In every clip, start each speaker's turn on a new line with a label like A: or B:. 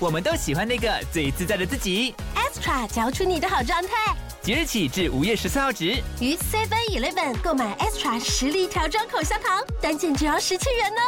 A: 我们都喜欢那个最自在的自己。
B: extra 嚼出你的好状态。
A: 即日起至五月十四号止。
B: 于 Seven Eleven 购买 extra 实力调装口香糖，单件只要十七元哦。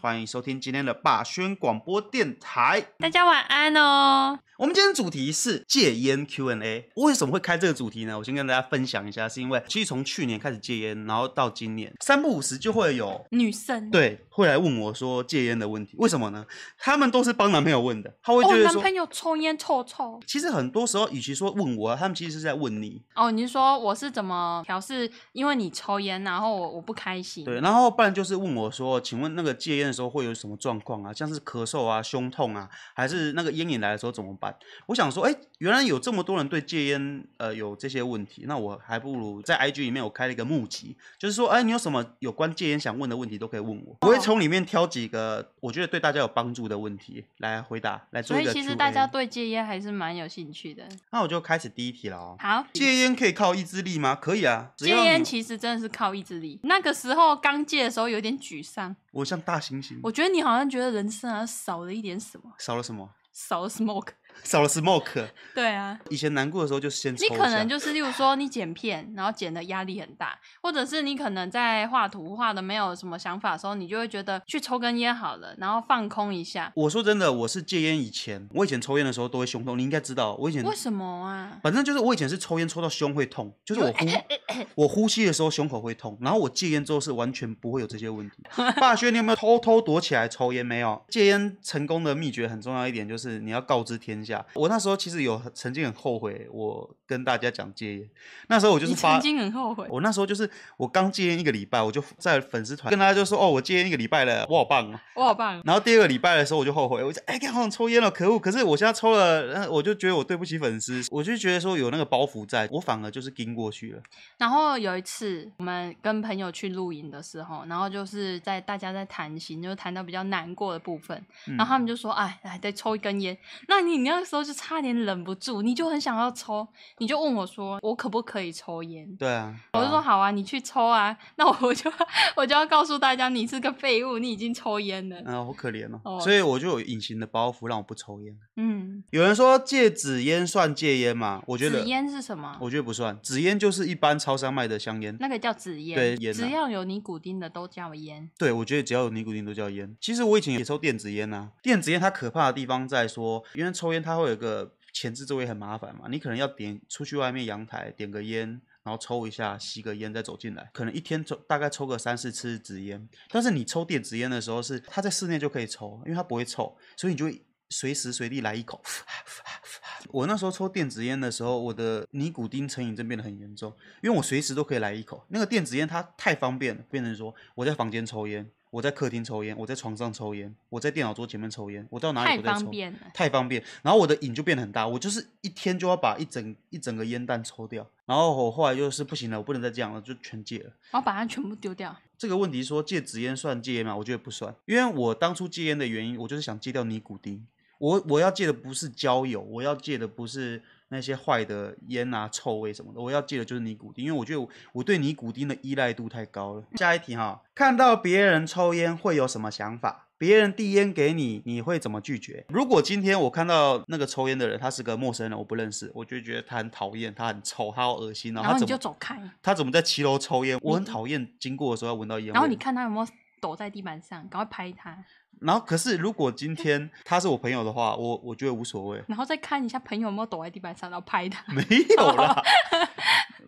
C: 欢迎收听今天的霸轩广播电台。
D: 大家晚安哦。
C: 我们今天主题是戒烟 Q&A。为什么会开这个主题呢？我先跟大家分享一下，是因为其实从去年开始戒烟，然后到今年三不五时就会有
D: 女生，
C: 对会来问我说戒烟的问题，为什么呢？他们都是帮男朋友问的，他会
D: 哦
C: 觉，得
D: 男
C: 说。
D: 朋友抽烟臭臭。
C: 其实很多时候，与其说问我，他们其实是在问你。
D: 哦，你是说我是怎么调试？因为你抽烟，然后我我不开心。
C: 对，，然后不然就是问我说：“请问那个戒烟的时候会有什么状况啊？像是咳嗽啊、胸痛啊，还是那个烟瘾来的时候怎么办？”我想说，哎，原来有这么多人对戒烟呃有这些问题，那我还不如在 IG 里面我开了一个募集，就是说，哎，你有什么有关戒烟想问的问题都可以问
D: 哦
C: 我，我会从里面挑几个我觉得对大家有帮助的问题来回答，来做
D: 所
C: 一
D: 以
C: 个 Q&A。
D: 其实大家对戒烟还是蛮有兴趣的。
C: 那我就开始第一题了哦。
D: 好，
C: 戒烟可以靠意志力吗？可以啊，只
D: 戒
C: 要
D: 烟
C: 你
D: 其实真的是靠意志力。那个时候刚戒的时候有点沮丧，
C: 我像大猩猩，
D: 我觉得你好像觉得人生好像少了一点什么，
C: 少了什么？
D: 少了 smoke。
C: 少了 smoke。
D: 对啊，
C: 以前难过的时候就先抽
D: 你
C: 一下
D: 可能就是，例如说你剪片，然后剪的压力很大，或者是你可能在画图画的没有什么想法的时候，你就会觉得去抽根烟好了，然后放空一下。
C: 我说真的，我是戒烟以前，我以前抽烟的时候都会胸痛，你应该知道，我以前
D: 为什么啊？
C: 反正就是我以前是抽烟抽到胸会痛，就是我 呼我呼吸的时候胸口会痛，然后我戒烟之后是完全不会有这些问 题。霸轩，你有没有偷偷躲起来抽烟？没有。戒烟成功的秘诀很重要一点就是你要告知天下。我那时候其实有曾经很后悔，我跟大家讲戒烟，那时候我就是
D: 你
C: 发
D: 曾。经很后悔，
C: 我那时候就是我刚戒烟一个礼拜，我就在粉丝团跟大家就说哦，我戒烟一个礼拜了，我好棒哦。
D: 我好棒。
C: 然后第二个礼拜的时候，我就后悔，我就哎，干好想抽烟了，可恶！可是我现在抽了，呃我就觉得我对不起粉丝，我就觉得说有那个包袱在，我反而就是跟过去了。
D: 然后有一次我们跟朋友去露营的时候，然后就是在大家在谈心，就是谈到比较难过的部分，
C: 嗯
D: 然后他们就说：“哎，来再抽一根烟。”那你你那个时候就差点忍不住，你就很想要抽，你就问我说：“我可不可以抽烟？”
C: 对啊，
D: 我就说好啊，你去抽啊。 那我就我就要告诉大家，你是个废物，你已经抽烟了。
C: 啊，好可怜哦，
D: 哦
C: 所以我就有隐形的包袱让我不抽烟。
D: 嗯，
C: 有人说戒纸烟算戒烟吗？我觉得
D: 纸，烟是什么？
C: 我觉得不算，纸烟就是一般超商卖的香烟。
D: 那个叫纸烟。
C: 对烟啊
D: 只要有尼古丁的都叫烟。
C: 对，我觉得只要有尼古丁都叫烟。其实我以前也抽电子烟呐、电子烟它可怕的地方在说，因为抽烟它会有一个前置作业很麻烦嘛，你可能要点出去外面阳台点个烟。然后抽一下，吸个烟，再走进来，可能一天抽大概抽个三四次纸烟。但是你抽电子烟的时候是，它在室内就可以抽，因为它不会臭，所以你就会随时随地来一口。我那时候抽电子烟的时候，我的尼古丁成瘾症变得很严重，因为我随时都可以来一口。那个电子烟它太方便了，变成说我在房间抽烟，我在客厅抽烟，我在床上抽烟，我在电脑桌前面抽烟，我到哪里
D: 太
C: 都在抽。
D: 方便了。
C: 太方便，然后我的瘾就变得很大，我就是一天就要把一整一整个烟弹抽掉，然后我后来就是不行了，我不能再这样了，就全戒了。
D: 然后把它全部丢掉。
C: 这个问题说戒纸烟算戒烟吗？我觉得不算，因为我当初戒烟的原因，我就是想戒掉尼古丁。我我要戒的不是焦油，我要戒的不是那些坏的烟啊、臭味什么的，我要戒的就是尼古丁，因为我觉得我我对尼古丁的依赖度太高了。下一题哈，看到别人抽烟会有什么想法？别人递烟给你，你会怎么拒绝？如果今天我看到那个抽烟的人，他是个陌生人，我不认识，我就觉得他很讨厌，他很臭，他好恶心哦，
D: 然后
C: 他
D: 你
C: 怎
D: 就
C: 么
D: 走开。
C: 他怎么在骑楼抽烟？我很讨厌经过的时候要闻到烟味。
D: 然后你看他有没有抖在地板上，赶快拍他。
C: 然后可是如果今天他是我朋友的话，我我
D: ，
C: 觉得无所谓
D: 然后再看一下朋友有没有抖在地板上，然后拍他。
C: 没有啦。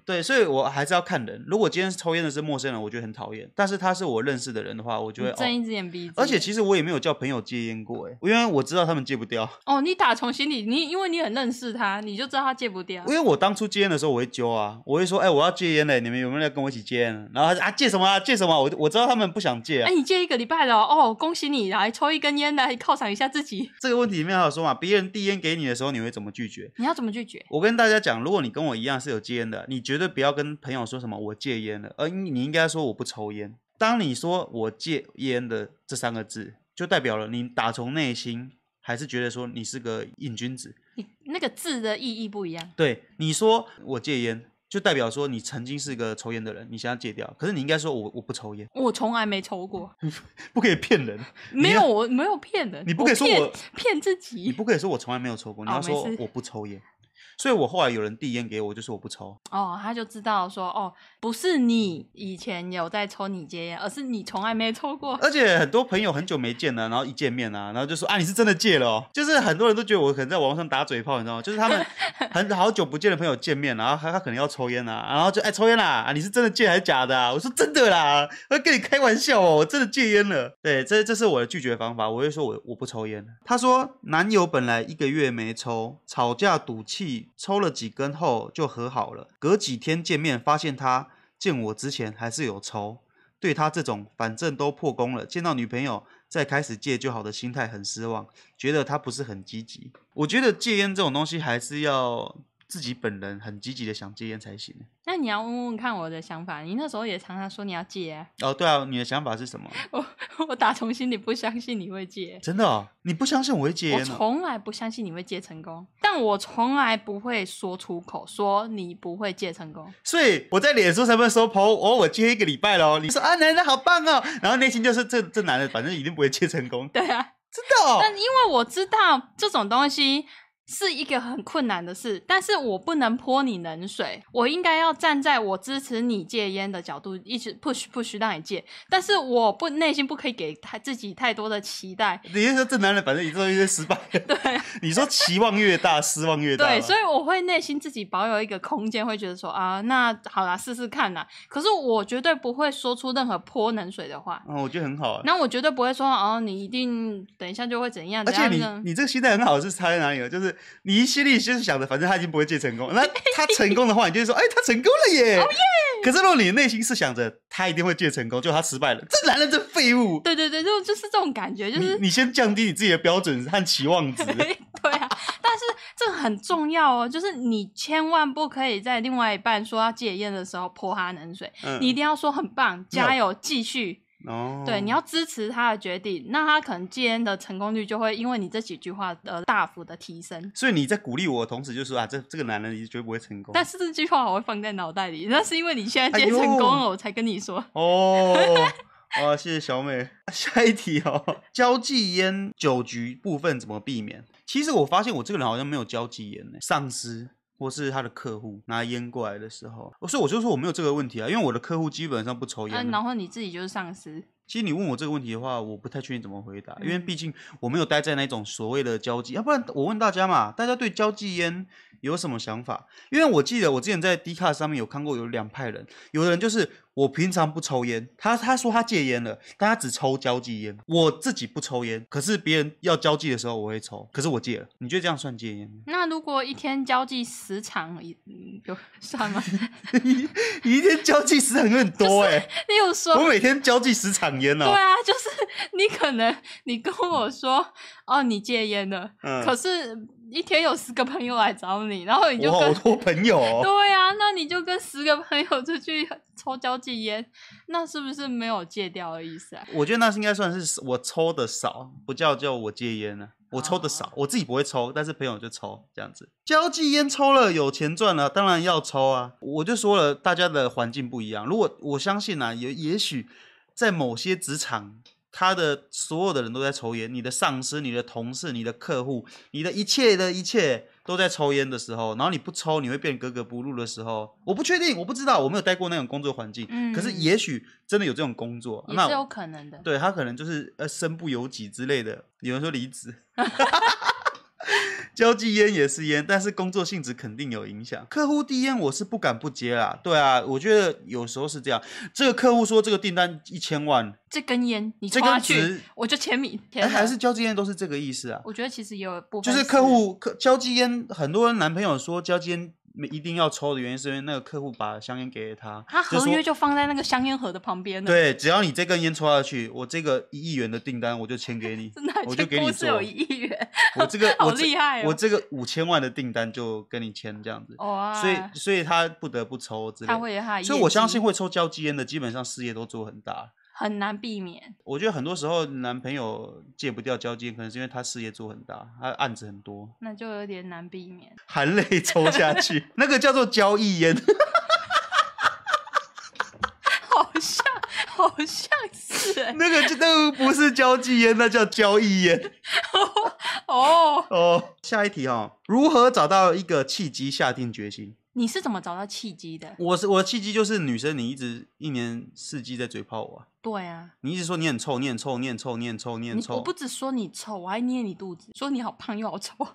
C: 对，所以我还是要看人。如果今天抽烟的是陌生人，我觉得很讨厌；但是他是我认识的人的话，我就会
D: 你睁一
C: 哦。
D: 只眼闭一只眼。
C: 而且其实我也没有叫朋友戒烟过，哎，因为我知道他们戒不掉。
D: 哦，你打从心里，你因为你很认识他，你就知道他戒不掉
C: 因。为我当初戒烟的时候，我会揪啊，我会说，哎、我要戒烟嘞，你们有没有要跟我一起戒烟？然后他就啊，戒什么啊，戒什么啊、我我知道他们不想戒啊
D: 哎、。你戒一个礼拜了哦，恭喜你来抽一根烟来犒赏一下自己。
C: 这个问题里面还有说嘛，别人递烟给你的时候，你会怎么拒绝？
D: 你要怎么拒绝？
C: 我跟大家讲，如果你跟我一样是有戒烟的，你绝对不要跟朋友说什么我戒烟了，而你应该说我不抽烟。当你说我戒烟的这三个字，就代表了你打从内心还是觉得说你是个瘾君子。
D: 你那个字的意义不一样。
C: 对，你说我戒烟，就代表说你曾经是个抽烟的人，你想要戒掉。可是你应该说我我不抽烟，
D: 我从来没抽过，
C: 不可以骗 人，
D: 没有，
C: 要
D: 我没有骗人。
C: 你不可以说我
D: 骗骗自己
C: 你不可以说我从来没有抽过，你
D: 哦
C: 要说
D: 没事
C: 我不抽烟。所以我后来有人递烟给我，我就说我不抽。
D: 哦，他就知道说哦，不是你以前有在抽你戒烟，而是你从来没抽过。
C: 而且很多朋友很久没见了，然后一见面啊，然后就说啊，你是真的戒了哦。就是很多人都觉得我可能在网络上打嘴炮，你知道吗？就是他们很好久不见的朋友见面，然后他他可能要抽烟啊，然后就哎、抽烟啦、啊，你是真的戒还是假的、啊？我说真的啦，我跟你开玩笑哦，我真的戒烟了。对，这这是我的拒绝方法，我会说我我不抽烟。他说男友本来一个月没抽，吵架赌气，抽了几根后就和好了，隔几天见面发现他见我之前还是有抽。对他这种反正都破功了，见到女朋友再开始戒就好的心态很失望，觉得他不是很积极。我觉得戒烟这种东西还是要自己本人很积极的想戒烟才行。
D: 那你要问问看我的想法，你那时候也常常说你要戒、啊，
C: 哦，对啊，你的想法是 什么？
D: 我我打从心里不相信你会戒。
C: 真的、哦，你不相信我会戒
D: 我
C: 烟、哦？
D: 从来不相信你会戒成功，但我从来不会说出口说你不会戒成功。
C: 所以我在脸书上面说朋友哦，我戒一个礼拜喽。你说啊，男的好棒哦，然后内心就是这这男的反正一定不会戒成功，
D: 对啊，
C: 真的、哦。
D: 但因为我知道这种东西是一个很困难的事，但是我不能泼你冷水，我应该要站在我支持你戒烟的角度，一直 push push 让你戒，但是我不内心不可以给太自己太多的期待。
C: 你是说这男人反正一直都是失败？对，你说期望越大，失望越大吧。
D: 对，所以我会内心自己保有一个空间，会觉得说啊，那好啦，试试看啦。可是我绝对不会说出任何泼冷水的话，
C: 嗯，我觉得很好啊。
D: 那我绝对不会说哦，你一定等一下就会怎样
C: 而
D: 怎
C: 且
D: 样
C: 你
D: 的。
C: 你这个心态很好，是差在哪里呢？就是你心里就是想着，反正他已经不会戒成功，那他成功的话，你就会说，哎，他成功了耶！
D: 哦
C: 可是如果你内心是想着他一定会戒成功，就他失败了，这男人真废物。
D: 对对对，就就是这种感觉，就是
C: 你你先降低你自己的标准和期望值。
D: 对啊，但是这很重要哦，就是你千万不可以在另外一半说要戒烟的时候泼他冷水，
C: 嗯
D: 你一定要说很棒，加油，继续。
C: 哦，
D: 对，你要支持他的决定，那他可能戒烟的成功率就会因为你这几句话而大幅的提升。
C: 所以你在鼓励我的同时，就说啊，这这个男人绝对不会成功。
D: 但是这句话我会放在脑袋里，那是因为你现在戒成功
C: 哎
D: 了，
C: 呦
D: 我才跟 你说。
C: 哦，哇，谢谢小美。 下一题哦，交际烟酒局部分怎么避免？其实我发现我这个人好像没有交际烟呢，上司。或是他的客户拿烟过来的时候，哦所以我就说我没有这个问题啊，因为我的客户基本上不抽
D: 啊，
C: 烟的。
D: 然后你自己就是上司，
C: 其实你问我这个问题的话，我不太确定怎么回答，因为
D: 嗯
C: 毕竟我没有待在那种所谓的交际，啊要、不然我问大家嘛，大家对交际烟有什么想法？因为我记得我之前在 d 卡上面有看过有两派人，有的人就是我平常不抽烟，他他说他戒烟了，但他只抽交际烟。我自己不抽烟，可是别人要交际的时候我会抽，可是我戒了，你觉得这样算戒烟吗？
D: 那如果一天交际时长一嗯有 算吗？
C: 你一天交际时长有点多哎、
D: 例如说，
C: 我每天交际十场烟 哦、
D: 对啊，就是你可能你跟我说哦，你戒烟了，
C: 嗯
D: 可是一天有十个朋友来找你，然后你就
C: 我好
D: 跟
C: 多朋友、 哦。
D: 对啊，那你就跟十个朋友出去抽交际烟，那是不是没有戒掉的意思啊？
C: 我觉得那是应该算是我抽的少，不叫叫我戒烟呢、我抽的少
D: 哦，
C: 我自己不会抽，但是朋友就抽这样子。交际烟抽了有钱赚了，当然要抽啊。我就说了，大家的环境不一样。如果我相信啊，也也许在某些职场，他的所有的人都在抽烟，你的上司、你的同事、你的客户、你的一切的一切都在抽烟的时候，然后你不抽，你会变格格不入的时候，我不确定，我不知道，我没有待过那种工作环境。可是
D: 嗯
C: 也许真的有这种工作，
D: 也
C: 那
D: 是有可能的。
C: 对他可能就是呃身不由己之类的，有人说离职。交际烟也是烟，但是工作性质肯定有影响。客户递烟，我是不敢不接啦。对啊，我觉得有时候是这样。这个客户说这个订单一千万，
D: 这根烟你
C: 这
D: 抽下
C: 根
D: 去
C: 值，
D: 我就签名。
C: 哎、
D: 天哪
C: 还是交际烟都是这个意思啊？
D: 我觉得其实也有部
C: 就
D: 分
C: 是客户客交际烟，很多人男朋友说交际烟没一定要抽的原因，是因为那个客户把香烟给了他，
D: 他
C: 就
D: 合
C: 说
D: 约就放在那个香烟盒的旁边啊 了。，
C: 对，只要你这根烟抽下去，我这个一亿元的订单我就签给你
D: 真的还，
C: 我
D: 签
C: 就给你
D: 公司有
C: 做
D: 一。亿元，
C: 我这个
D: 好
C: 我这
D: 厉害哦
C: 我这个五千万的订单就跟你签这样子，
D: 哇！
C: 所以所以他不得不抽之类
D: 他
C: 的。
D: 会有他的业绩，
C: 所以我相信会抽交际烟的，基本上事业都做很大。
D: 很难避免。
C: 我觉得很多时候男朋友戒不掉交际烟，可能是因为他事业做很大，他案子很多，
D: 那就有点难避免。
C: 含泪抽下去，那个叫做交易烟。
D: 好像好像是欸
C: 那个就那个不是交际烟，那叫交易烟
D: 哦。
C: 哦。下一题哦，如何找到一个契机下定决心？
D: 你是怎么找到契机的？
C: 我是我的契机就是女生，你一直一年四季在嘴炮我、啊，
D: 对啊，
C: 你一直说你很臭，你很臭，你很臭，你很臭，你很
D: 你
C: 臭。
D: 我不只说你臭，我还捏你肚子，说你好胖又好臭，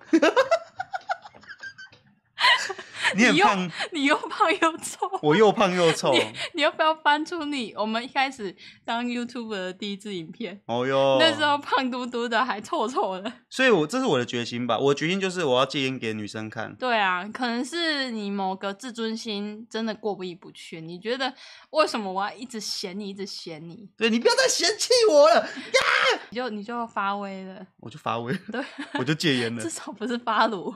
C: 你很
D: 又
C: 胖，
D: 你又胖又臭。
C: 我又胖又臭。
D: 你要不要翻出你我们一开始当 YouTube 的第一支影片？
C: 哦哟，
D: 那时候胖嘟嘟的，还臭臭的。
C: 所以我这是我的决心吧。我决心就是我要戒烟给女生看。
D: 对啊，可能是你某个自尊心真的过不意不去。你觉得为什么我要一直嫌你，一直嫌你？
C: 对你不要再嫌弃我了，
D: 你就你就发威了。
C: 我就发威，
D: 对，啊
C: 我就戒烟了
D: 至。少不是发炉。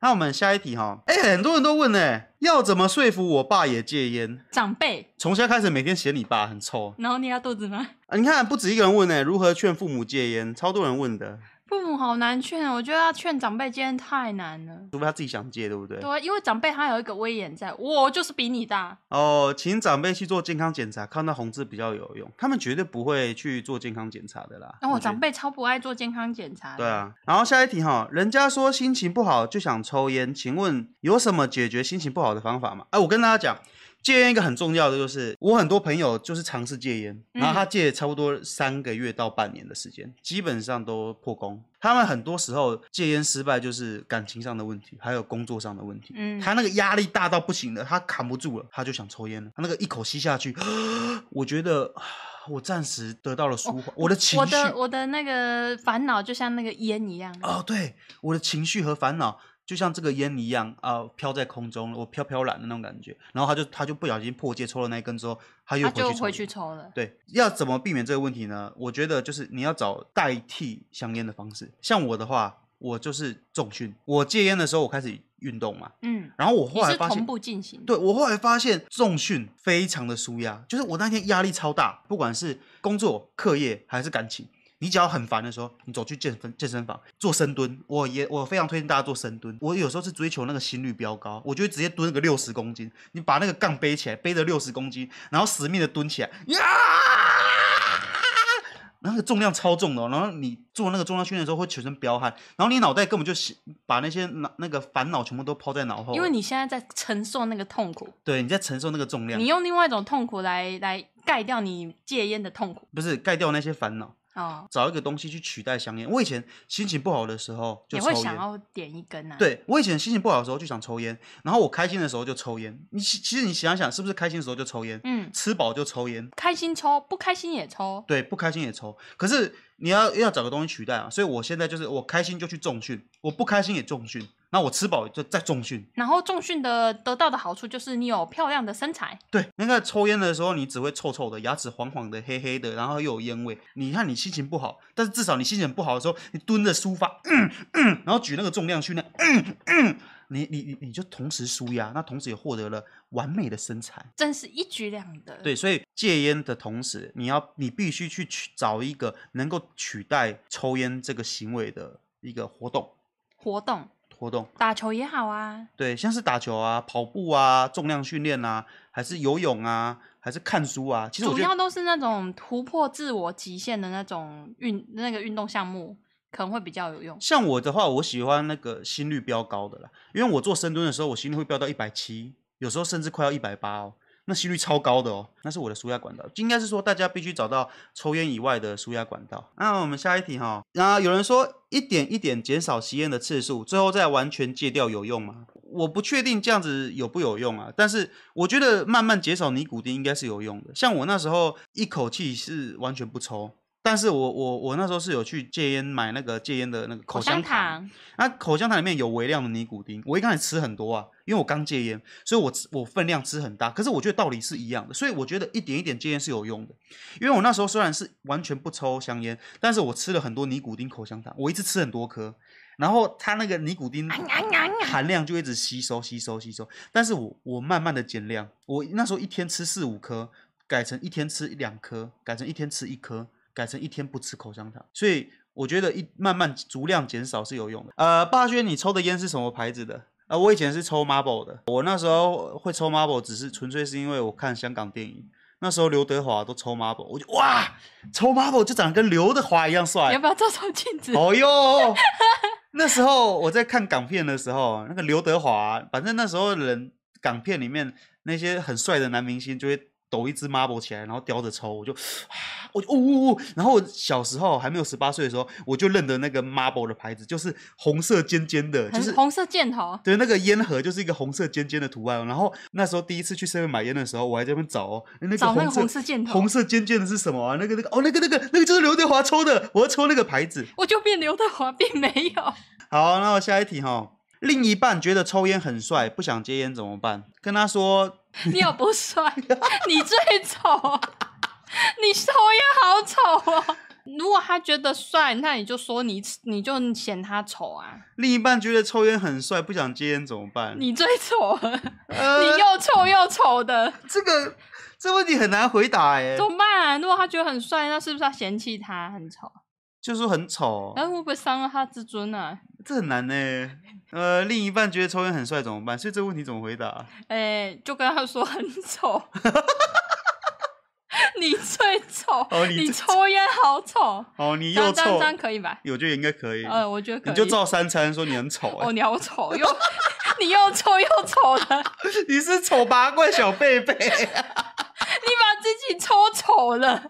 C: 那我们下一题哈，哎、很多人都问呢、要怎么说服我爸也戒烟？
D: 长辈，
C: 从现在开始每天嫌你爸很臭
D: 然后捏他肚子吗？
C: 啊！你看不止一个人问呢、如何劝父母戒烟，超多人问的，
D: 父母好难劝，啊我觉得要劝长辈今天太难了。
C: 除非他自己想戒，对不对？
D: 对啊，因为长辈他有一个威严在，我就是比你大。
C: 哦，请长辈去做健康检查，看到红字比较有用，他们绝对不会去做健康检查的啦。
D: 然后我
C: 觉得
D: 哦长辈超不爱做健康检查。
C: 对，啊，然后下一题哈，人家说心情不好就想抽烟，请问有什么解决心情不好的方法吗？哎、我跟大家讲，戒烟一个很重要的就是，我很多朋友就是尝试戒烟，然后
D: 嗯
C: 他戒差不多三个月到半年的时间，基本上都破功。他们很多时候戒烟失败就是感情上的问题，还有工作上的问题。
D: 嗯
C: 他那个压力大到不行了，他扛不住了，他就想抽烟了。他那个一口吸下去， 我觉得啊我暂时得到了舒缓，我的情
D: 哦我
C: 绪
D: 的我的那个烦恼就像那个烟一样。
C: 哦，对，我的情绪和烦恼就像这个烟一样啊、飘在空中，我飘飘然的那种感觉。然后他就他就不小心破戒抽了那一根之后，他又回
D: 他
C: 去抽
D: 就
C: 烟。
D: 回去抽了。
C: 对，要怎么避免这个问题呢？我觉得就是你要找代替香烟的方式。像我的话，我就是重训。我戒烟的时候，我开始运动嘛，
D: 嗯，
C: 然后我
D: 你
C: 后
D: 是
C: 来发现
D: 同，步进行。
C: 对我后来发现重训非常的舒压，就是我那天压力超大，不管是工作、课业还是感情，你只要很烦的时候，你走去健身健身房做深蹲，我也我非常推荐大家做深蹲。我有时候是追求那个心率飙高，我就会直接蹲个六十公斤，你把那个杠背起来，背着六十公斤，然后死命的蹲起来，呀！然后那个重量超重的哦、然后你做那个重量训练的时候会全身飙汗，然后你脑袋根本就是把那些脑那个烦恼全部都抛在脑后了，
D: 因为你现在在承受那个痛苦，
C: 对啊你在承受那个重量
D: 你，用另外一种痛苦来来盖掉你戒烟的痛苦
C: 不是盖掉那些烦恼，
D: 哦，
C: 找一个东西去取代香烟。我以前心情不好的时候就
D: 你
C: 抽
D: 会想
C: 烟，
D: 要点一根啊？，
C: 对我以前心情不好的时候就想抽烟，然后我开心的时候就抽烟。你其其实你想想，是不是开心的时候就抽烟，
D: 嗯，
C: 吃饱就抽烟，
D: 开心抽，不开心也抽。
C: 对，不开心也抽。可是你要要找个东西取代啊，所以我现在就是我开心就去重训，我不开心也重训，那我吃饱就再重训。
D: 然后重训的得到的好处就是你有漂亮的身材，
C: 对，那个抽烟的时候，你只会臭臭的，牙齿黄黄的、黑黑的，然后又有烟味。你看你心情不好，但是至少你心情不好的时候，你蹲着抒发，嗯嗯，然后举那个重量训练，嗯嗯，你你你你就同时舒压，那同时也获得了完美的身材。
D: 真是一举两得。
C: 对，，所以戒烟的同时，你要你必须去取找一个能够取代抽烟这个行为的一个活动
D: 活动
C: 活动。
D: 打球也好啊，
C: 对，像是打球啊、跑步啊、重量训练啊，还是游泳啊，还是看书啊。其实我
D: 主
C: 觉得
D: 要都是那种突破自我极限的那种运那个运动项目，可能会比较有用。
C: 像我的话，我喜欢那个心率飙高的啦，因为我做深蹲的时候，我心率会飙到一百七，有时候甚至快要一百八哦。那心率超高的哦，那是我的舒压管道。应该是说大家必须找到抽烟以外的舒压管道。那我们下一题哈、那有人说一点一点减少吸烟的次数，最后再完全戒掉有用吗？我不确定这样子有不有用啊，但是我觉得慢慢减少尼古丁应该是有用的。像我那时候一口气是完全不抽。但是我我我那时候是有去戒烟买那个戒烟的那个口香
D: 香
C: 糖，
D: 糖，
C: 那口香糖里面有微量的尼古丁，我一开始吃很多啊，因为我刚戒烟，所以我吃我分量吃很大。可是我觉得道理是一样的，所以我觉得一点一点戒烟是有用的。因为我那时候虽然是完全不抽香烟，但是我吃了很多尼古丁口香糖，我一次吃很多颗，然后它那个尼古丁含量就一直吸收吸收吸收。但是我我慢慢的减量，我那时候一天吃四五颗，改成一天吃两颗，改成一天吃一颗，改成一天不吃口香糖，所以我觉得一慢慢逐量减少是有用的。呃，霸轩，你抽的烟是什么牌子的？呃，我以前是抽 Marble 的，我那时候会抽 Marble，只是纯粹是因为我看香港电影，那时候刘德华都抽 Marble，我就哇，抽 Marble 就长得跟刘德华一样帅，
D: 你要不要照照镜子？
C: 哎哦哟，那时候我在看港片的时候，那个刘德华，啊反正那时候人港片里面那些很帅的男明星就会抖一支 marble 起来，然后叼着抽，我就，啊我就呜呜呜。然后我小时候还没有十八岁的时候，我就认得那个 marble 的牌子，就是红色尖尖的，就
D: 很
C: 是
D: 红色箭头，
C: 对，那个烟盒就是一个红色尖尖的图案。然后那时候第一次去 seven 买烟的时候，我还在那边找哦，那个
D: 找那个
C: 红
D: 红色箭头
C: 红色尖尖的是什么啊？那个那个哦，那个那个那个就是刘德华抽的，我要抽那个牌子。
D: 我就变刘德华，并没有。
C: 好，那我下一题哈。另一半觉得抽烟很帅，不想戒烟怎么办？跟他说，
D: 你有不帅，你最丑，你抽烟好丑哦。如果他觉得帅，那你就说你你就嫌他丑啊，
C: 另一半觉得抽烟很帅，不想戒烟怎么办？
D: 你最丑了，
C: 呃
D: 你又臭又丑的，
C: 这个这问题很难回答哎、
D: 怎么办、啊？如果他觉得很帅，那是不是他嫌弃他很丑？
C: 就说很丑，
D: 那会不会伤了他自尊啊？
C: 这很难呢、呃，另一半觉得抽烟很帅怎么办？所以这问题怎么回答？
D: 哎、就跟他说很丑，你最丑，
C: 哦你
D: 你
C: 最
D: 抽烟好丑，
C: 哦，你
D: 这
C: 又
D: 样这样
C: 臭
D: 这，样可以吧？
C: 我觉得应该可以。
D: 呃，我觉得可以。
C: 你就照三餐说你很丑、欸，
D: 哦，你好丑，又 你又臭又丑的，你
C: 你是丑八怪小贝贝。
D: 把自己抽丑了。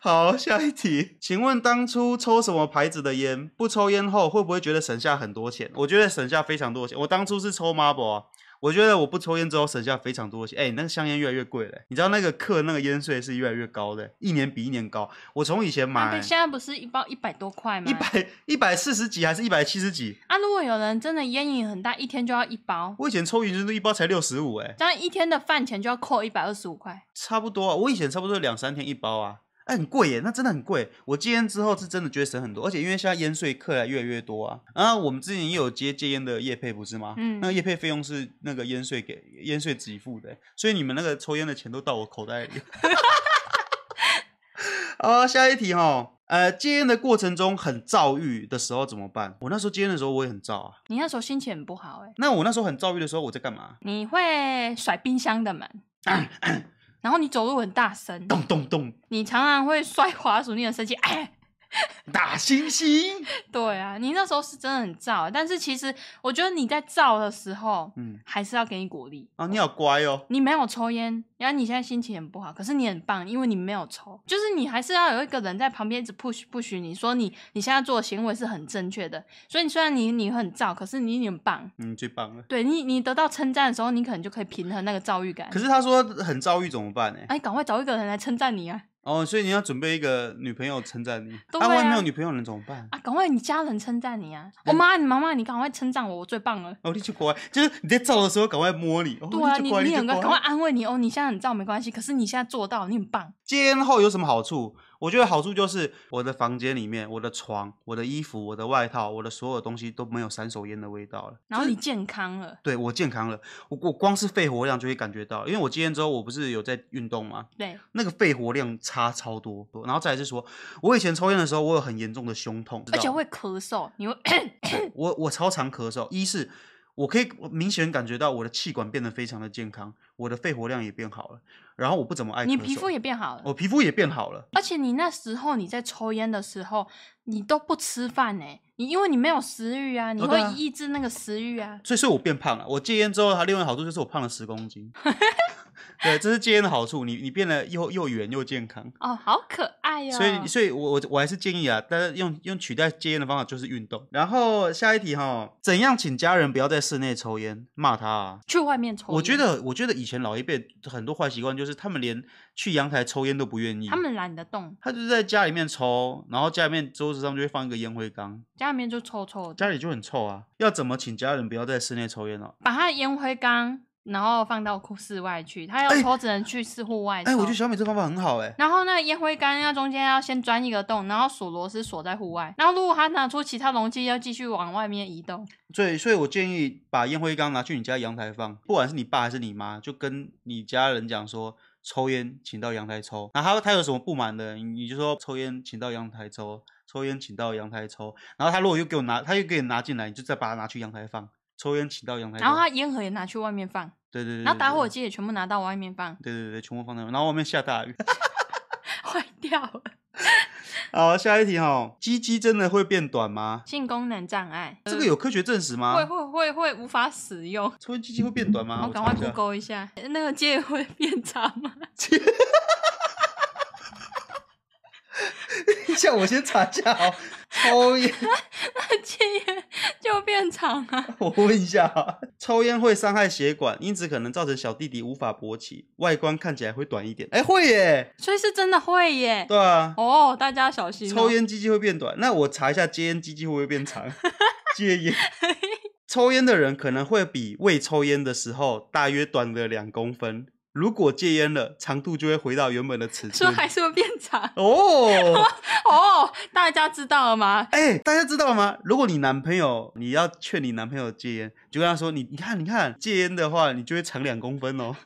C: 好，下一题，请问当初抽什么牌子的烟？不抽烟后会不会觉得省下很多钱？我觉得省下非常多钱。我当初是抽 Marble 啊，我觉得我不抽烟之后省下非常多钱。哎、那个香烟越来越贵了、你知道那个克那个烟税是越来越高的、一年比一年高。我从以前买
D: 现在不是一包一百多块吗？
C: 一百一百四十几还是一百七十几，
D: 啊！如果有人真的烟瘾很大，一天就要一包，
C: 我以前抽云针都一包才六十五，哎，
D: 这样一天的饭钱就要扣一百二十五块。
C: 差不多啊，我以前差不多两三天一包啊，哎、很贵耶，那真的很贵。我戒烟之后是真的觉得省很多，而且因为现在烟税课来越来越多啊。啊，我们之前也有接戒烟的业配，不是吗？
D: 嗯
C: 那个业配费用是那个烟税给烟税给付的，所以你们那个抽烟的钱都到我口袋里。 好，下一题哈。呃，戒烟的过程中很躁郁的时候怎么办？我那时候戒烟的时候我也很躁啊。
D: 你那时候心情很不好哎、
C: 那我那时候很躁郁的时候我在干嘛？
D: 你会甩冰 箱的门，然后你走路很大声，
C: 咚咚咚，
D: 你常常会摔滑鼠，你很生气，哎。
C: 打星星。
D: 对啊，你那时候是真的很燥，欸但是其实我觉得你在燥的时候，
C: 嗯，
D: 还是要给你鼓励。
C: 啊，你好乖哦。
D: 你没有抽烟，然后你现在心情很不好，可是你很棒，因为你没有抽，就是你还是要有一个人在旁边一直 push push 你说你你现在做的行为是很正确的，所以你虽然你你很燥，可是你你很棒，
C: 嗯，最棒了。
D: 对你你得到称赞的时候，你可能就可以平衡那个躁郁感
C: 可。是他说很躁郁怎么办呢？欸
D: 哎，赶快找一个人来称赞你啊！
C: 哦，所以你要准备一个女朋友称赞你。
D: 对
C: 啊，万一没
D: 啊
C: 有女朋友人怎么办？
D: 啊，赶快你家人称赞你啊！我妈、你妈妈，你赶快称赞我，我最棒了。
C: 哦，你就乖，就是你在躁的时候赶快摸你。哦、
D: 对啊，
C: 你
D: 你
C: 就乖
D: 你很
C: 就
D: 赶
C: 乖
D: 快。安慰你哦，你现在很燥没关系，可是你现在做到，你很棒。
C: 戒烟后有什么好处？我觉得好处就是我的房间里面、我的床、我的衣服、我的外套、我的所有东西都没有三手烟的味道了。
D: 然后你健康了，
C: 对我健康了，我我光是肺活量就会感觉到，因为我戒烟之后，我不是有在运动吗？
D: 对，
C: 那个肺活量差超多。然后再来是说，我以前抽烟的时候，我有很严重的胸痛，知
D: 而且
C: 道吗
D: 会咳嗽，你会
C: 我我超常咳嗽，一是我可以我明显感觉到我的气管变得非常的健康，我的肺活量也变好了，然后我不怎么爱咳嗽，
D: 你皮肤也变好了。
C: 我皮肤也变好了，
D: 而且你那时候你在抽烟的时候，你都不吃饭呢、你因为你没有食欲啊，你
C: 哦
D: 会
C: 对啊
D: 抑制那个食欲啊。
C: 所以所以我变胖了。我戒烟之后，它另外一个好处就是我胖了十公斤。对，这是戒烟的好处，你你变得又又圆又健康。
D: 哦，好可爱哦。
C: 所以，所以我我我还是建议啊，大家用用取代戒烟的方法就是运动。然后下一题哈，怎样请家人不要在室内抽烟？骂他啊！
D: 去外面抽烟，
C: 我觉得，我觉得以前老一辈很多坏习惯就是他们连去阳台抽烟都不愿意，
D: 他们懒得动，
C: 他就是在家里面抽，然后家里面桌子上就会放一个烟灰缸，
D: 家里面就抽抽的，
C: 家里就很臭啊。要怎么请家人不要在室内抽烟哦？
D: 把他的烟灰缸然后放到库室外去，他要
C: 哎
D: 抽只能去四户外抽。
C: 哎，我觉得小美这方法很好哎、
D: 然后那个烟灰缸要中间要先钻一个洞，然后锁螺丝锁在户外。然后如果他拿出其他容器，要继续往外面移动。
C: 所以，所以我建议把烟灰缸拿去你家阳台放，不管是你爸还是你妈，就跟你家人讲说，抽烟请到阳台抽。然后他他有什么不满的，你你就说抽烟请到阳台抽，抽烟请到阳台抽。然后他如果又给我拿，他又给你拿进来，你就再把它拿去阳台放。抽烟请到阳台抽。
D: 然后他烟盒也拿去外面放，
C: 对对对，
D: 然后打火
C: 机。
D: 机也全部拿到外面放，
C: 对对对，全部放在，然后外面下大雨。
D: 坏掉了。
C: 好，下一题哈、哦，鸡鸡真的会变短吗？
D: 性功能障碍，
C: 这个有科学证实吗？
D: 呃会会会会无法使用。
C: 抽烟鸡鸡会变短吗？
D: 我赶
C: 啊查
D: 快
C: 一下
D: Google 一下，那个戒会变长吗？
C: 像我先 查一下哦，抽烟。
D: 戒烟就变长啊。
C: 我问一下、啊，抽烟会伤害血管，因此可能造成小弟弟无法勃起，外观看起来会短一点。哎、会耶，
D: 所以是真的会耶。
C: 对啊，
D: 哦，大家小心、哦。
C: 抽烟鸡鸡会变短。那我查一下戒烟鸡鸡会不会变 长？戒烟，抽烟的人可能会比未抽烟的时候大约短了两公分。如果戒烟了，长度就会回到原本的尺
D: 说
C: 寸。
D: 还是会变长
C: 哦，
D: 哦，大家知道了吗？
C: 哎、大家知道吗？如果你男朋友，你要劝你男朋友戒烟，就跟他说：“你你看，你看，戒烟的话，你就会长两公分 哦。”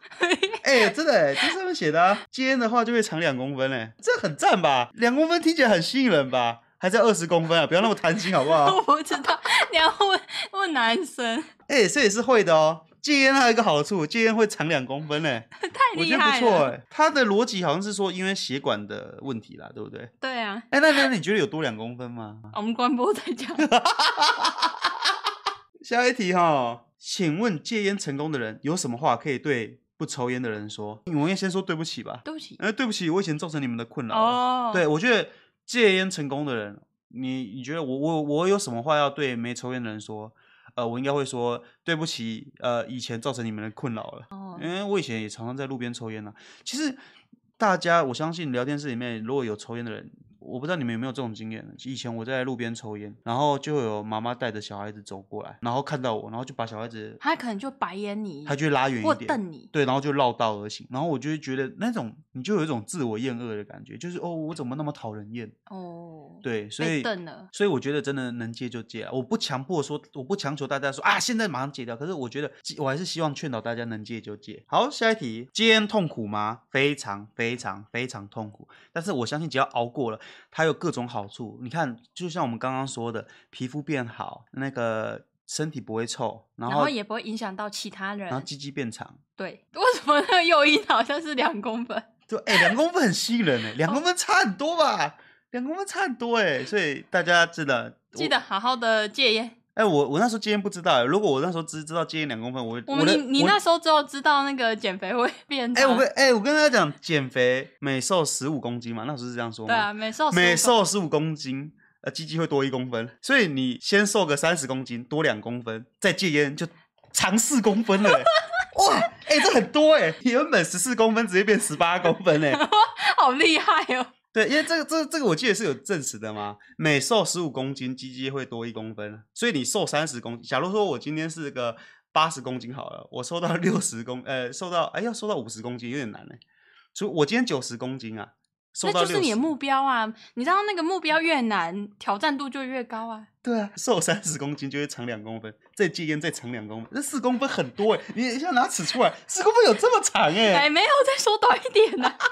C: 哎、真的、哎，这上面写的、啊，戒烟的话就会长两公分哎、这很赞吧？两公分听起来很吸引人吧？还在二十公分啊，不要那么贪心好不好
D: 我？不知道，你要问问男生，
C: 哎、这也是会的哦。戒烟还有一个好处，戒烟会长两公分 哎、
D: 太
C: 我
D: 厉
C: 觉得
D: 害
C: 不
D: 啊
C: 错
D: 了。
C: 哎、他的逻辑好像是说因为血管的问题啦，对不对？
D: 对啊，
C: 哎、那那你觉得有多两公分吗？
D: 我们关播再讲。
C: 下一题哈、请问戒烟成功的人有什么话可以对不抽烟的人说？我们先说对不起吧。
D: 对 不起。
C: 呃，对不起，我以前造成你们的困扰了。
D: 哦，
C: 对，，我觉得戒烟成功的人，你你觉得我我我有什么话要对没抽烟的人说？呃，我应该会说对不起，呃，以前造成你们的困扰了。
D: 哦
C: 因为我以前也常常在路边抽烟呐、其实大家，我相信聊天室里面如果有抽烟的人，我不知道你们有没有这种经验。以前我在路边抽烟，然后就会有妈妈带着小孩子走过来，然后看到我，然后就把小孩子，
D: 他可能就白眼你，
C: 他就会拉远
D: 或
C: 一点。
D: 瞪你。
C: 对，然后就绕道而行，然后我就会觉得那种你就有一种自我厌恶的感觉，就是哦，我怎么那么讨人厌？
D: 哦，，
C: 对，所
D: 被
C: 以
D: 瞪了。
C: 所以我觉得真的能戒就戒啊，我不强迫说，我不强求大家说啊，现在马上戒掉。可是我觉得，我还是希望劝导大家能戒就戒。好，下一题，戒烟痛苦吗？非常非常非常痛苦，但是我相信只要熬过了，它有各种好处。你看，就像我们刚刚说的，皮肤变好，那个身体不会臭，然
D: 然
C: 后
D: 后也不会影响到其他人
C: 然后。鸡鸡变长。
D: 对， 为什么那个诱因好像是两公分？
C: 对，哎、两公分很吸引人哎、两公分差很多吧？两公分差很多哎、所以大家真的
D: 记得好好的戒烟。
C: 哎、我我那时候戒烟不知道、欸，如果我那时候只知道戒烟两公分，我
D: 我
C: 我
D: 们
C: 的
D: 你你
C: 我
D: 那时候只有知道那个减肥会变
C: 哎、
D: 长。
C: 我跟哎、我跟大家讲，减肥每瘦十五公斤嘛，那时候是这样说吗？
D: 对啊，每瘦15
C: 每
D: 公
C: 瘦十五公斤，呃，鸡鸡会多一公分，所以你先瘦个三十公斤，多两公分，再戒烟就长四公分了欸、 哇，哎、这很多哎、你原本十四公分直接变十八公分哎、
D: 好厉害哦！
C: 对，因为这个这个这个我记得是有证实的嘛，每瘦十五公斤，鸡鸡会多一公分，所以你瘦三十公斤。假如说我今天是个八十公斤好了，我瘦到六十公，呃，瘦到哎要瘦到五十公斤有点难呢。所以我今天九十公斤啊，瘦
D: 那
C: 到
D: 就
C: 六十，
D: 是你的目标啊！你知道那个目标越难，挑战度就越高啊！
C: 对啊，瘦三十公斤就会长两公分，再戒烟再长两公分，这四公分很多哎，你一下拿尺出来，四公分有这么长
D: 哎、
C: 哎，
D: 没有再说短一点啊！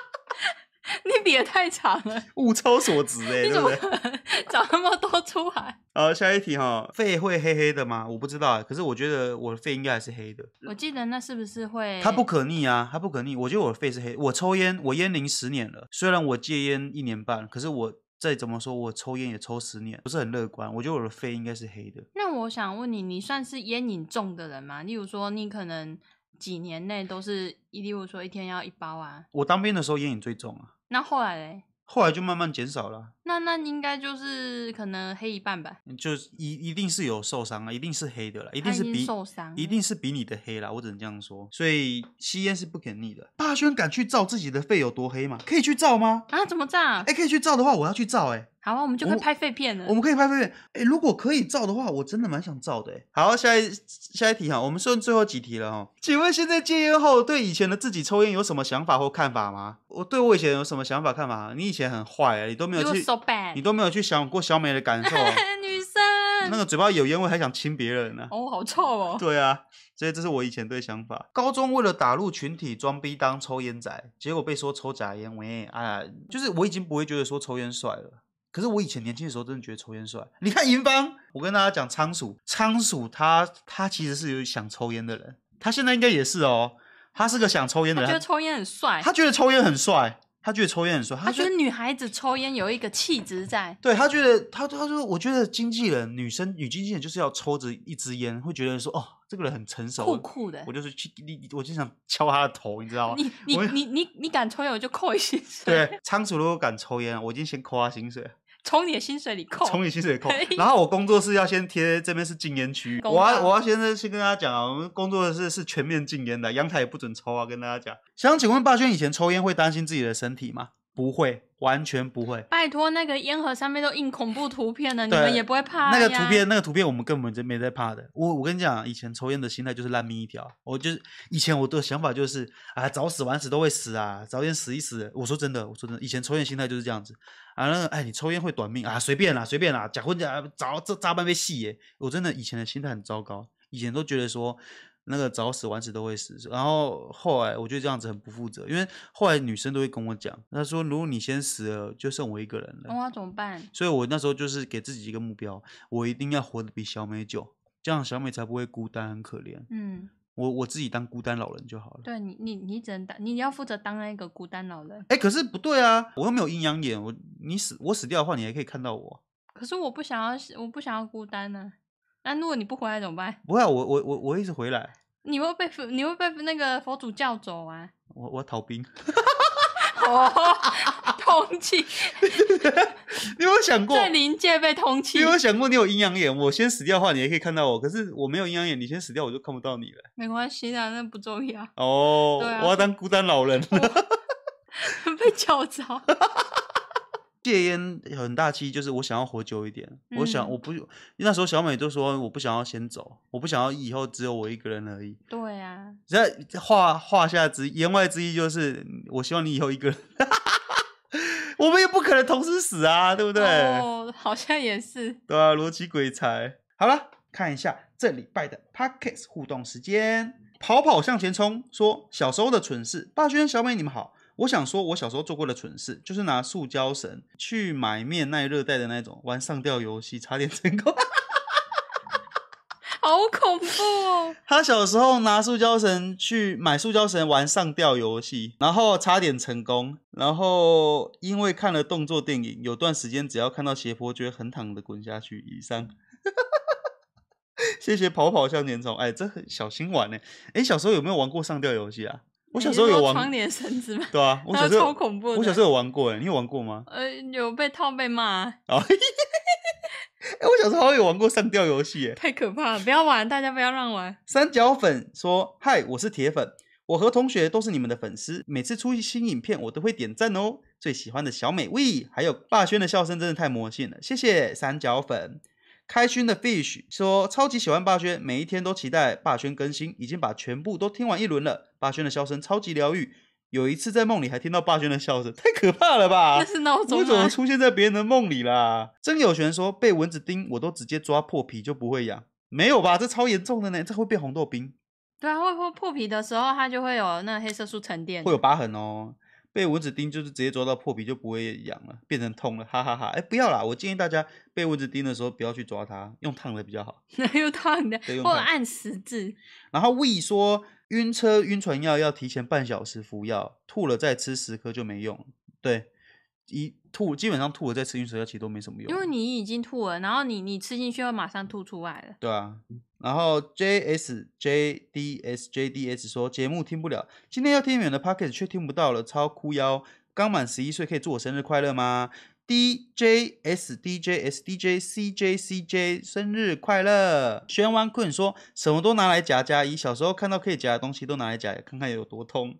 D: 你比也太长了，
C: 物超所值哎，
D: 你
C: 对
D: 怎
C: 不
D: 么
C: 对？
D: 可能长那么多出来？
C: 好，下一题哈，肺会黑黑的吗？我不知道啊，可是我觉得我的肺应该还是黑的。
D: 我记得那是不是会？
C: 它不可逆啊，它不可逆。我觉得我的肺是黑，我抽烟，我烟龄十年了，虽然我戒烟一年半，可是我再怎么说，我抽烟也抽十年，不是很乐观。我觉得我的肺应该是黑的。
D: 那我想问你，你算是烟瘾重的人吗？例如说，你可能几年内都是，例如说一天要一包啊。
C: 我当兵的时候烟瘾最重啊，
D: 那后来嘞？
C: 后来就慢慢减少了啊。
D: 那那应该就是可能黑一半吧，
C: 就是一一定是有受伤啊，一定是黑的啦，一
D: 一
C: 定是比
D: 受伤，
C: 一定是比你的黑啦，我只能这样说。所以吸烟是不可逆的。大轩敢去照自己的肺有多黑吗？可以去照吗？
D: 啊？怎么这样？
C: 哎、可以去照的话，我要去照、哎，
D: 好啊，我们就可
C: 我
D: 以拍废片了
C: 我。们可以拍拍片。哎、如果可以照的话，我真的蛮想照的、哎，好，下一下一题哈，我们剩最后几题了哈。请问现在戒烟后，对以前的自己抽烟有什么想法或看法吗？我对我以前有什么想法看法？你以前很坏、哎，你都没
D: You
C: 有
D: are
C: 去
D: so，bad，哎
C: 你都没有去想过小美的感受、啊
D: 女生，
C: 那个嘴巴有烟味还想亲别人呢、
D: 哦，好臭 哦。
C: 对啊，所以这是我以前对想法。高中为了打入群体，装逼当抽烟仔，结果被说抽假烟，喂啊，就是我已经不会觉得说抽烟帅了。可是我以前年轻的时候，真的觉得抽烟帅。你看银邦，我跟大家讲，仓鼠，仓鼠他他其实是有想抽烟的人，他现在应该也是哦，他是个想抽烟的
D: 他
C: 人，
D: 觉得抽烟很帅，
C: 他觉得抽烟很帅，他觉得抽烟很帅，
D: 他觉
C: 觉
D: 得女孩子抽烟有一个气质在。
C: 对他觉得他他说，我觉得经纪人女生女经纪人就是要抽着一支烟，会觉得说哦，这个人很成熟，
D: 酷酷的
C: 我，就是去，你我经常敲他的头，你知道吗？
D: 你你
C: 我
D: 你你你敢抽烟，我就扣你薪水，
C: 对，仓鼠如果敢抽烟，我已经先扣他薪水，
D: 从你的薪水里扣。
C: 从你薪水扣
D: 可以。
C: 然后我工作室要先贴这边是禁烟区，
D: 公
C: 我
D: 告
C: 要我要先先跟大家讲啊，我们工作室是全面禁烟的，阳台也不准抽啊，跟大家讲。想请问霸轩以前抽烟会担心自己的身体吗？不会，完全不会。
D: 拜托，那个烟盒上面都印恐怖图片了，你
C: 对
D: 们也不会怕呀
C: 那个图片，那个图片我们根本就没在怕的。我我跟你讲，以前抽烟的心态就是烂命一条。我就是以前我的想法就是啊，早死晚死都会死啊，早点死一死。我说真的，我说真的，以前抽烟心态就是这样子啊。那个哎，你抽烟会短命啊，随便啦，随便啦，假婚假早这扎半杯戏耶。我真的以前的心态很糟糕，以前都觉得说。那个早死晚死都会死，然后后来我觉得这样子很不负责，因为后来女生都会跟我讲，她说如果你先死了，就剩我一个人了。
D: 哇，怎么办？
C: 所以我那时候就是给自己一个目标，我一定要活得比小美久，这样小美才不会孤单很可怜。
D: 嗯，
C: 我我自己当孤单老人就好了。
D: 对你你你只能当，你要负责当那个孤单老人。
C: 哎、可是不对啊，我又没有阴阳眼，我你死我死掉的话，你还可以看到我。
D: 可是我不想要，我不想要孤单呢、那如果你不回来怎么办？
C: 不会、啊，我我我我一直回来，
D: 你会被佛你会被那个佛祖叫走 啊！
C: 我我要逃兵。
D: 哦，通气，
C: 你有没有想过？
D: 在灵界被通
C: 你
D: 气
C: 有，没有想过你有阴阳眼？我先死掉的话，你还可以看到我。可是我没有阴阳眼，你先死掉我就看不到你了。
D: 没关系的，那不重要，
C: 哦，
D: 对啊
C: 我要当孤单老人。
D: 被叫走。
C: 戒烟有很大期就是我想要活久一点，我想
D: 嗯
C: 我不那时候小美就说我不想要先走，我不想要以后只有我一个人而已。
D: 对啊，
C: 这话话下之言外之意就是嗯我希望你以后一个人， 我们也不可能同时死啊，对不对？
D: 哦，好像也是。
C: 对啊，逻辑鬼才。好了，看一下这礼拜的 Pockets 互动时间。跑跑向前冲说小时候的蠢事，霸轩小美你们好，我想说我小时候做过的蠢事，就是拿塑胶绳去买面耐热带的那种，玩上吊游戏，差点成功。
D: 好恐怖哦！
C: 他小时候拿塑胶绳去买塑胶绳玩上吊游戏，然后差点成功。然后因为看了动作电影，有段时间只要看到斜坡，就会横躺的滚下去。以上，谢谢跑跑向前冲。哎，这很小心玩呢。哎，小时候有没有玩过上吊游戏啊？我小时候有
D: 你是说
C: 玩，
D: 窗帘绳子吗？
C: 对啊，我小时
D: 超
C: 候
D: 恐怖的。
C: 我小时候有玩过哎，你有玩过吗？
D: 呃有被套被骂，
C: 啊、嘿嘿嘿嘿哎，我小时候好像有玩过上吊游戏哎。
D: 太可怕了！不要玩，大家不要乱玩。
C: 三角粉说：“嗨，我是铁粉，我和同学都是你们的粉丝，每次出新影片我都会点赞哦。最喜欢的小美味，还有霸轩的笑声真的太魔性了，谢谢三角粉。”开勋的 fish 说：“超级喜欢霸轩，每一天都期待霸轩更新，已经把全部都听完一轮了。霸轩的笑声超级疗愈，有一次在梦里还听到霸轩的笑声，太可怕了吧！”
D: 那是闹钟啊
C: 我怎啊么
D: 吗？
C: 出现在别人的梦里啦？曾有璇说被蚊子叮，我都直接抓破皮就不会痒，没有吧？这超严重的呢，这会变红豆冰，
D: 对啊，会会破皮的时候，它就会有那黑色素沉淀。
C: 会有疤痕哦。被蚊子叮就是直接抓到破皮就不会痒了，变成痛了，哈哈哈哎，不要啦，我建议大家被蚊子叮的时候不要去抓它，用烫的比较好。
D: 又烫的，
C: 对用
D: 或
C: 烫
D: 按十字。
C: 然后 We 说晕车晕船药要提前半小时服药，吐了再吃十颗就没用了。对，一吐基本上吐了再吃晕车药其实都没什么用，
D: 因为你已经吐了，然后你你吃进去会马上吐出来了。
C: 对啊，然后 J S J D S J D S 说节目听不了，今天要听你们的 p o c k e t 却听不到了，超哭腰。刚满十一岁，可以祝我生日快乐吗？D J S D J S D J C J C J 生日快乐！轩湾困说什么都拿来夹夹一，小时候看到可以夹的东西都拿来夹，看看有多通。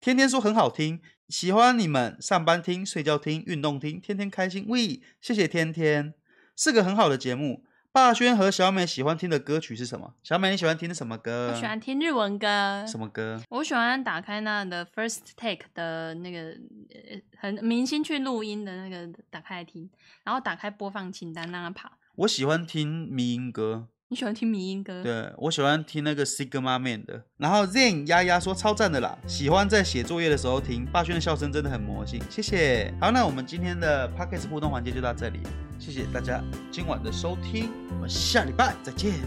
C: 天天说很好听，喜欢你们，上班听、睡觉听、运动听，天天开心。喂，谢谢天天，是个很好的节目。霸轩和小美喜欢听的歌曲是什么？小美你喜欢听什么歌？
D: 我喜欢听日文歌，
C: 呃什么歌？
D: 我喜欢打开那的 First Take 的那个呃很明星去录音的那个打开来听，然后打开播放清单让它跑。
C: 我喜欢听迷音歌，
D: 你喜欢听迷音歌？，
C: 对我喜欢听那个 Sigma Man 的。然后 Zen 丫丫说超赞的啦，喜欢在写作业的时候听。霸轩的笑声真的很魔性，谢谢。好，那我们今天的 p o c k e t 互动环节就到这里，谢谢大家今晚的收听，我们下礼拜再见，